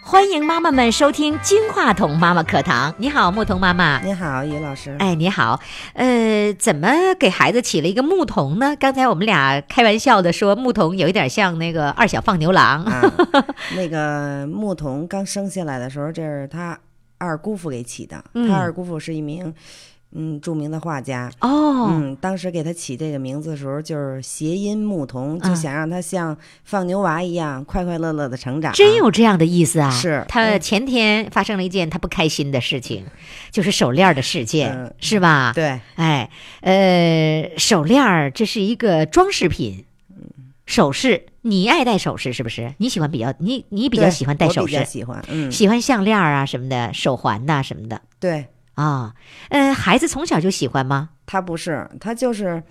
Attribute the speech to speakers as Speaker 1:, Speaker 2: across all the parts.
Speaker 1: 欢迎妈妈们收听金话筒妈妈课堂。你好，牧童妈妈。
Speaker 2: 你好，于老师。
Speaker 1: 哎，你好，呃，怎么给孩子起了一个牧童呢？刚才我们俩开玩笑的说，牧童有一点像那个二小放牛郎。
Speaker 2: 啊， 那个牧童刚生下来的时候，这是他二姑父给起的。
Speaker 1: 嗯
Speaker 2: 他二姑父是一名嗯著名的画家。
Speaker 1: 哦，
Speaker 2: 嗯，当时给他起这个名字的时候，就是谐音牧童，就
Speaker 1: 嗯
Speaker 2: 想让他像放牛娃一样快快乐乐的成长。
Speaker 1: 真有这样的意思啊！
Speaker 2: 是
Speaker 1: 他
Speaker 2: 嗯
Speaker 1: 前天发生了一件他不开心的事情，就是手链的事件，
Speaker 2: 嗯
Speaker 1: 是吧？
Speaker 2: 对，
Speaker 1: 哎，呃，手链儿这是一个装饰品，
Speaker 2: 嗯
Speaker 1: 首饰。你爱戴首饰是不是？你喜欢比较你你比较
Speaker 2: 对
Speaker 1: 喜欢戴
Speaker 2: 我
Speaker 1: 首
Speaker 2: 比较
Speaker 1: 饰，
Speaker 2: 喜欢。嗯，
Speaker 1: 喜欢项链儿啊什么的，手环呐、什么的
Speaker 2: 对
Speaker 1: 啊、呃，孩子从小就喜欢吗？
Speaker 2: 他不是，他就是。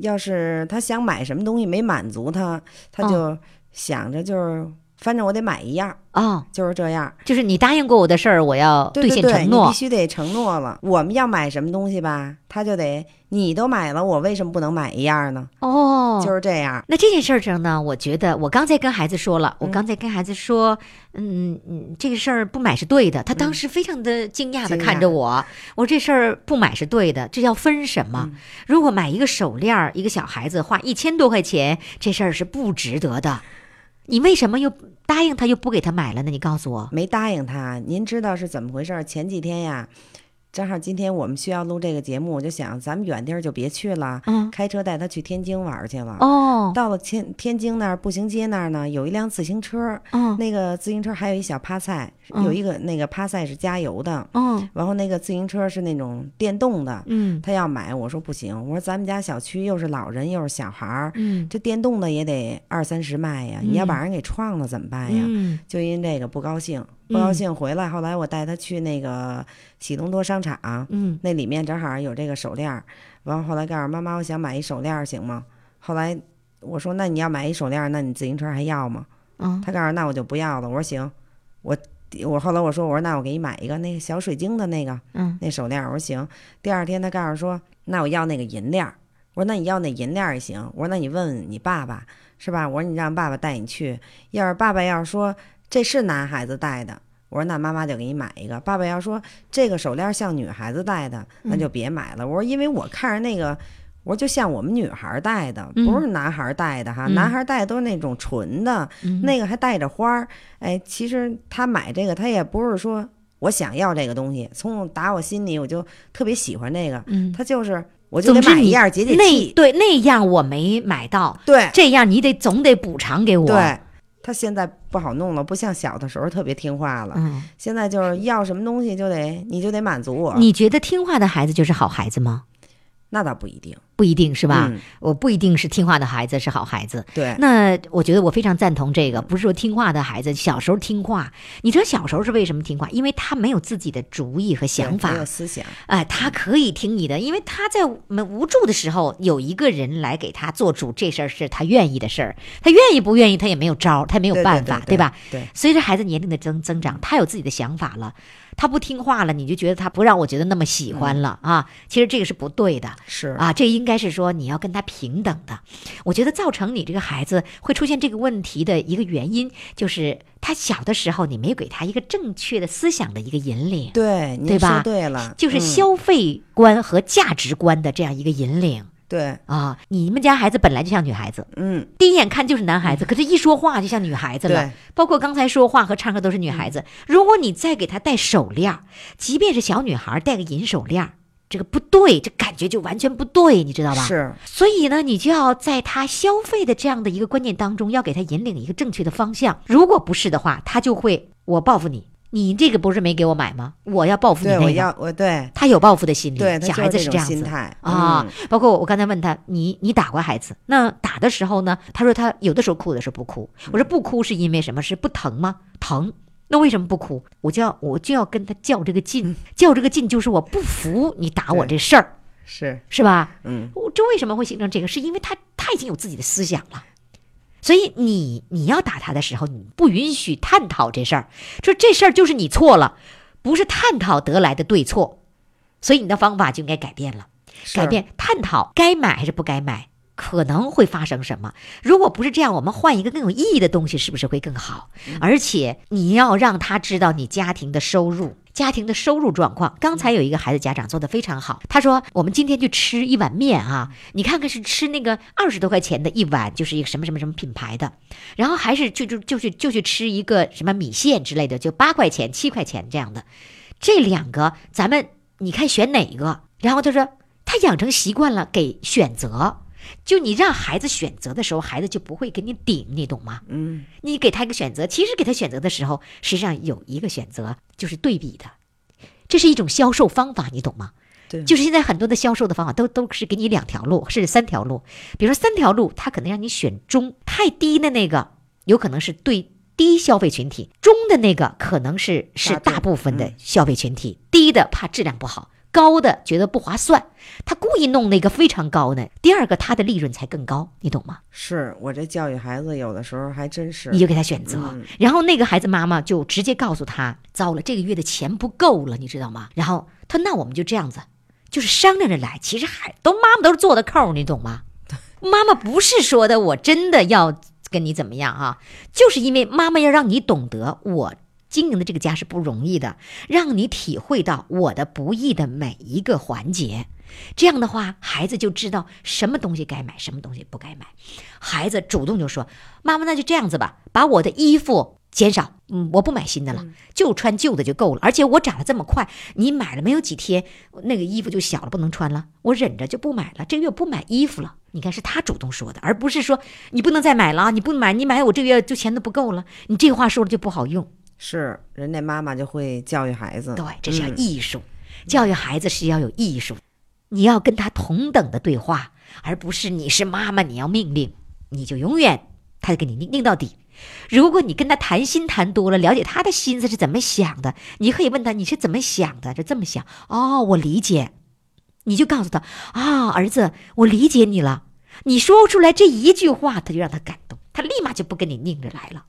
Speaker 2: 要是他想买什么东西没满足他，他就想着就是，反正我得买一样，
Speaker 1: 哦，
Speaker 2: 就是这样。
Speaker 1: 就是你答应过我的事儿，我要
Speaker 2: 对
Speaker 1: 哦现
Speaker 2: 对
Speaker 1: 承
Speaker 2: 你
Speaker 1: 诺
Speaker 2: 必。须得承诺了。我们要买什么东西吧，他就得你都买了，我为什么不能买一样呢？
Speaker 1: 哦，
Speaker 2: 就是这样。
Speaker 1: 那这件事儿上呢，我觉得我刚才跟孩子说了，我
Speaker 2: 嗯
Speaker 1: 刚才跟孩子说，嗯嗯，这个事儿不买是对的。他当时非常的惊讶的
Speaker 2: 惊讶
Speaker 1: 看着我，我说这事儿不买是对的，这叫分什么？
Speaker 2: 嗯
Speaker 1: 如果买一个手链儿，一个小孩子花一千多块钱，这事儿是不值得的。你为什么又答应他又不给他买了呢？你告诉我。
Speaker 2: 没答应他，您知道是怎么回事儿？前几天呀，正好今天我们需要录这个节目，我就想咱们远地儿就别去了，
Speaker 1: 嗯，
Speaker 2: 开车带他去天津玩儿去了。
Speaker 1: 哦，
Speaker 2: 到了天天津那儿步行街那儿呢，有一辆自行车，
Speaker 1: 嗯
Speaker 2: 那个自行车还有一小趴菜，
Speaker 1: 嗯
Speaker 2: 有一个那个趴菜是加油的，
Speaker 1: 嗯
Speaker 2: 然后那个自行车是那种电动的，
Speaker 1: 嗯
Speaker 2: 他要买，我说不行，我说咱们家小区又是老人又是小孩儿，
Speaker 1: 嗯
Speaker 2: 这电动的也得二三十卖呀，
Speaker 1: 嗯
Speaker 2: 你要把人给撞了怎么哎办呀？
Speaker 1: 嗯
Speaker 2: 就因这个不高兴，不高兴回来，后来我带他去那个喜东多商场，
Speaker 1: 嗯，
Speaker 2: 那里面正好有这个手链儿，完后来告诉妈妈，我想买一手链儿行吗？后来我说那你要买一手链儿，那你自行车还要吗？
Speaker 1: 嗯
Speaker 2: 他告诉那我就不要了，我说行，我我后来我说我说那我给你买一个那个小水晶的那个，
Speaker 1: 嗯
Speaker 2: 那手链儿，我说行。第二天他告诉说，那我要那个银链儿，我说那你要那银链儿也行，我说那你问问你爸爸是吧？我说你让爸爸带你去，要是爸爸要说这是男孩子戴的，我说那妈妈就给你买一个。爸爸要说这个手链儿像女孩子戴的，
Speaker 1: 嗯
Speaker 2: 那就别买了。我说因为我看着那个。我说就像我们女孩儿戴的，不是男孩儿戴的哈，
Speaker 1: 嗯
Speaker 2: 男孩儿戴的都是那种纯的，
Speaker 1: 嗯，
Speaker 2: 那个还带着花儿。哎，其实他买这个，他也不是说我想要这个东西，从我打我心里我就特别喜欢这个，
Speaker 1: 嗯。
Speaker 2: 他就是我就得
Speaker 1: 总之
Speaker 2: 买
Speaker 1: 你
Speaker 2: 一样解解
Speaker 1: 那
Speaker 2: 气。
Speaker 1: 对那样我没买到，
Speaker 2: 对
Speaker 1: 这样你得总得补偿给我。，
Speaker 2: 对，他现在不好弄了，不像小的时候特别听话了，
Speaker 1: 嗯，
Speaker 2: 现在就是要什么东西就得你就得满足我。
Speaker 1: 你觉得听话的孩子就是好孩子吗？
Speaker 2: 那倒不一定，
Speaker 1: 不一定是吧？
Speaker 2: 嗯
Speaker 1: 我不一定是听话的孩子是好孩子。
Speaker 2: 对，
Speaker 1: 那我觉得我非常赞同这个，不是说听话的孩子小时候听话，你知道小时候是为什么听话？因为他没有自己的主意和想
Speaker 2: 对
Speaker 1: 法
Speaker 2: 没有，思想，
Speaker 1: 哎，他可以听你的，因为他在我们无助的时候，有一个人来给他做主，这事儿是他愿意的事儿，他愿意不愿意，他也没有招儿，他没有
Speaker 2: 对对
Speaker 1: 办法，
Speaker 2: 对对
Speaker 1: 吧？
Speaker 2: 对
Speaker 1: 随着孩子年龄的增增长，他有自己的想法了，他不听话了，你就觉得他不让我觉得那么喜欢了、
Speaker 2: 嗯
Speaker 1: 啊。其实这个是不对的
Speaker 2: 是，
Speaker 1: 啊，这应该是说你要跟他平等的。我觉得造成你这个孩子会出现这个问题的一个原因，就是他小的时候你没有给他一个正确的思想的一个引领。对
Speaker 2: 对，您
Speaker 1: 吧
Speaker 2: 说对了，
Speaker 1: 就是
Speaker 2: 嗯
Speaker 1: 消费观和价值观的这样一个引领
Speaker 2: 对，
Speaker 1: 啊。你们家孩子本来就像女孩子，
Speaker 2: 嗯，
Speaker 1: 第一眼看就是男孩子，可是一说话就像女孩子了
Speaker 2: 对。，嗯
Speaker 1: 包括刚才说话和唱歌都是女孩子。如果你再给她戴手链儿，即便是小女孩儿戴个银手链儿，这个不对，这感觉就完全不对，你知道吧？
Speaker 2: 是，
Speaker 1: 所以呢，你就要在他消费的这样的一个观念当中，要给他引领一个正确的方向。如果不是的话，他就会我报复你，你这个不是没给我买吗？我要报复你
Speaker 2: 对，
Speaker 1: 那
Speaker 2: 我
Speaker 1: 个。
Speaker 2: 要我对
Speaker 1: 他有报复的心理，
Speaker 2: 对，
Speaker 1: 嗯
Speaker 2: 他
Speaker 1: 小
Speaker 2: 就
Speaker 1: 孩子
Speaker 2: 这
Speaker 1: 这
Speaker 2: 种
Speaker 1: 样
Speaker 2: 心
Speaker 1: 子。
Speaker 2: 态
Speaker 1: 啊、
Speaker 2: 嗯
Speaker 1: 包括我刚才问他，你你打过孩子？那打的时候呢？他说他有的时候哭，有的时候不哭。我说不哭是因为什么？是不疼吗？疼。那为什么不哭？我就要我就要跟他较这个劲，
Speaker 2: 嗯
Speaker 1: 较这个劲就是我不服你打我这事儿，
Speaker 2: 是，
Speaker 1: 是吧？
Speaker 2: 嗯，
Speaker 1: 我这为什么会形成这个？是因为他他已经有自己的思想了，所以你你要打他的时候，你不允许探讨这事儿，说这事儿就是你错了，不是探讨得来的对错，所以你的方法就应该改变了，
Speaker 2: 是
Speaker 1: 改变探讨该买还是不该买，可能会发生什么。如果不是这样，我们换一个更有意义的东西，是不是会更好？而且你要让他知道你家庭的收入。家庭的收入状况，刚才有一个孩子家长做的非常好，他说我们今天去吃一碗面啊，你看看是吃那个二十多块钱的一碗，就是一个什么什么什么品牌的，然后还是就就就去就去吃一个什么米线之类的，就八块钱七块钱这样的，这两个咱们你看选哪个？然后他说他养成习惯了给选择，就你让孩子选择的时候，孩子就不会给你顶，你懂吗？
Speaker 2: 嗯，
Speaker 1: 你给他一个选择，其实给他选择的时候，实际上有一个选择就是对比的，这是一种销售方法，你懂吗？
Speaker 2: 对，
Speaker 1: 就是现在很多的销售的方法都都是给你两条路，甚至三条路。比如说三条路，它可能让你选中，太低的那个有可能是对低消费群体，中的那个可能是是
Speaker 2: 大众嗯
Speaker 1: 大部分的消费群体，低的怕质量不好。高的觉得不划算，他故意弄了一个非常高的。第二个，他的利润才更高，你懂吗？
Speaker 2: 是我这教育孩子有的时候还真是
Speaker 1: 你，就给他选择。然后那个孩子妈妈就直接告诉他：“糟了，这个月的钱不够了，你知道吗？”然后他那我们就这样子，就是商量着来。其实还都妈妈都是做的扣儿，你懂吗？妈妈不是说的我真的要跟你怎么样啊，就是因为妈妈要让你懂得我。经营的这个家是不容易的，让你体会到我的不易的每一个环节。这样的话，孩子就知道什么东西该买，什么东西不该买。孩子主动就说：“妈妈，那就这样子吧，把我的衣服减少，嗯，我不买新的了，就穿旧的就够了。而且我长得这么快，你买了没有几天，那个衣服就小了，不能穿了，我忍着就不买了，这个月不买衣服了。你看，是他主动说的，而不是说你不能再买了啊，你不买，你买我这个月就钱都不够了，你这话说了就不好用。
Speaker 2: 是人家妈妈就会教育孩子，嗯
Speaker 1: 对，这是要艺术，教育孩子是要有艺术，你要跟他同等的对话，而不是你是妈妈你要命令，你就永远他就给你拧拧到底。如果你跟他谈心谈多了，了解他的心思是怎么想的，你可以问他你是怎么想的，就这么想哦，我理解，你就告诉他啊，儿子，我理解你了。你说出来这一句话，他就让他感动，他立马就不跟你拧着来了。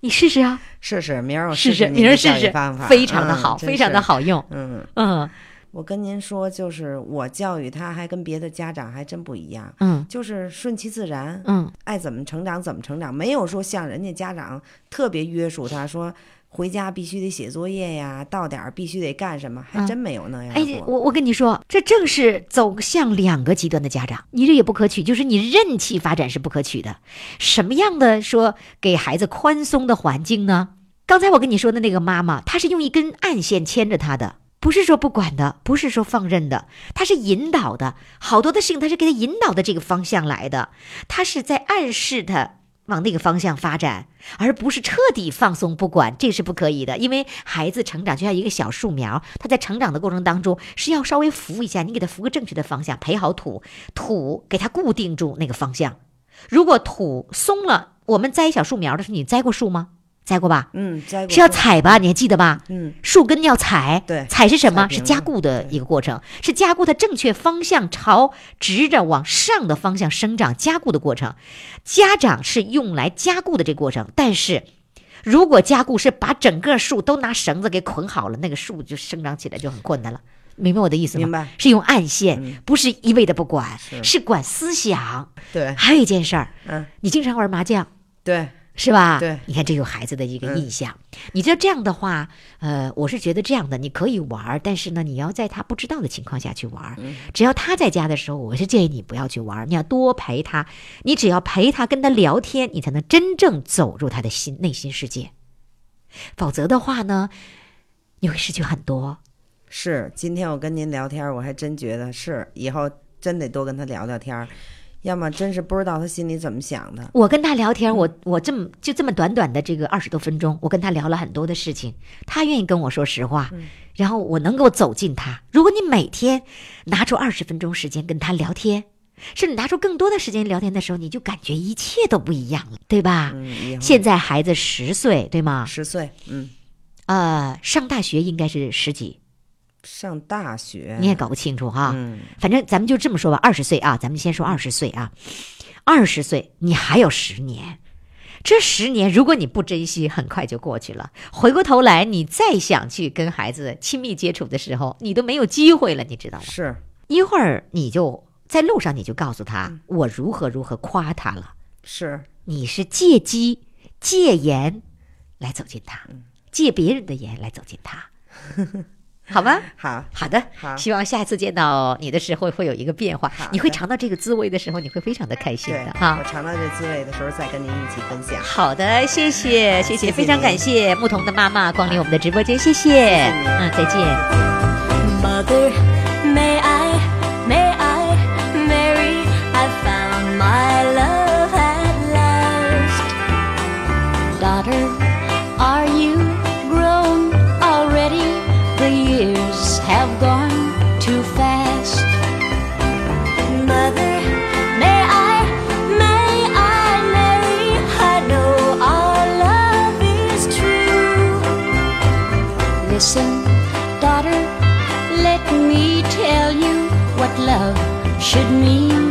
Speaker 1: 你试试啊，
Speaker 2: 试试，明儿我
Speaker 1: 试
Speaker 2: 哦试
Speaker 1: 试，
Speaker 2: 您
Speaker 1: 明
Speaker 2: 的
Speaker 1: 儿试
Speaker 2: 教育
Speaker 1: 试
Speaker 2: 方，法，
Speaker 1: 非常的
Speaker 2: 嗯
Speaker 1: 好，
Speaker 2: 真
Speaker 1: 非常的
Speaker 2: 是，
Speaker 1: 好用。
Speaker 2: 嗯。
Speaker 1: 嗯
Speaker 2: 我跟您说，就是我教育他，还跟别的家长还真不一样，
Speaker 1: 嗯
Speaker 2: 就是顺其自然，
Speaker 1: 嗯
Speaker 2: 爱怎么成长怎么成长，没有说像人家家长特别约束他说回家必须得写作业呀，到点儿必须得干什么，还
Speaker 1: 嗯
Speaker 2: 真没有那样
Speaker 1: 哎，
Speaker 2: 过。
Speaker 1: 我我跟你说，这正是走向两个极端的家长，你这也不可取，就是你任其发展是不可取的。什么样的说给孩子宽松的环境呢？刚才我跟你说的那个妈妈，她是用一根暗线牵着他的，不是说不管的，不是说放任的，她是引导的，好多的事情她是给他引导的这个方向来的，她是在暗示他。往那个方向发展，而不是彻底放松不管，这是不可以的。因为孩子成长就像一个小树苗，他在成长的过程当中是要稍微扶一下，你给他扶个正确的方向，培好土，土给它固定住那个方向。如果土松了，我们栽小树苗的时候，你栽过树吗？栽过吧？
Speaker 2: 嗯，摘过
Speaker 1: 是要
Speaker 2: 树
Speaker 1: 踩吧？你还记得吧？
Speaker 2: 嗯，
Speaker 1: 树根要踩，
Speaker 2: 对
Speaker 1: 踩是什么
Speaker 2: 踩？平
Speaker 1: 是
Speaker 2: 了
Speaker 1: 加固的一个过程，是加固它正确方向朝直着往上的方向生长加固的过程。家长是用来加固的这个过程，但是如果加固是把整个树都拿绳子给捆好了，那个树就生长起来就很困难了。明白我的意思
Speaker 2: 明
Speaker 1: 吗？
Speaker 2: 白，嗯
Speaker 1: 是用暗线，不是一味的不管，
Speaker 2: 是
Speaker 1: 是管思想。
Speaker 2: 对
Speaker 1: 还有一件事儿，
Speaker 2: 嗯，
Speaker 1: 你经常玩麻将。
Speaker 2: 对，
Speaker 1: 是吧？
Speaker 2: 对，
Speaker 1: 你看这有孩子的一个
Speaker 2: 嗯
Speaker 1: 印象。你知道这样的话，呃，我是觉得这样的，你可以玩儿，但是呢，你要在他不知道的情况下去玩儿。
Speaker 2: 嗯
Speaker 1: 只要他在家的时候，我是建议你不要去玩儿，你要多陪他。你只要陪他，跟他聊天，你才能真正走入他的心内心世界。否则的话呢，你会失去很多。
Speaker 2: 是。今天我跟您聊天儿，我还真觉得是，以后真得多跟他聊聊天儿，要么真是不知道他心里怎么想的。
Speaker 1: 我跟他聊天，我我这么就这么短短的这个二十多分钟，我跟他聊了很多的事情，他愿意跟我说实话，然后我能够走近他。如果你每天拿出二十分钟时间跟他聊天，甚至拿出更多的时间聊天的时候，你就感觉一切都不一样了，对吧？
Speaker 2: 嗯，以后
Speaker 1: 现在孩子十岁，对吗？
Speaker 2: 十岁，嗯，
Speaker 1: 呃，上大学应该是十几，
Speaker 2: 上大学，
Speaker 1: 你也搞不清楚哈。
Speaker 2: 嗯，
Speaker 1: 反正咱们就这么说吧，二十岁啊，咱们先说二十岁啊，二十岁你还有十年，这十年如果你不珍惜，很快就过去了。回过头来，你再想去跟孩子亲密接触的时候，你都没有机会了，你知道吗？
Speaker 2: 是
Speaker 1: 一会儿你就。在路上你就告诉他我如何如何夸他了，
Speaker 2: 是
Speaker 1: 你是借机借言来走近他，借别人的言来走近他，好吗？
Speaker 2: 好
Speaker 1: 好的，
Speaker 2: 好，
Speaker 1: 希望下一次见到你的时候会有一个变化
Speaker 2: 好，的
Speaker 1: 你会尝到这个滋味的时候，你会非常的开心
Speaker 2: 对
Speaker 1: 的，
Speaker 2: 我
Speaker 1: 哈。
Speaker 2: 尝到这滋味的时候再跟您一起分享。
Speaker 1: 好的，谢谢，谢
Speaker 2: 谢
Speaker 1: 谢，
Speaker 2: 谢
Speaker 1: 非常感
Speaker 2: 您
Speaker 1: 谢牧童的妈妈光临我们的直播间，谢谢，
Speaker 2: 您
Speaker 1: 嗯，再见。
Speaker 3: Mother, may I, may I marry? I found my love at last. Daughter, are you grown already? The years have gone too fast. Mother, may I, may I marry? I know our love is true. Listen, daughter, let me tell you what love should mean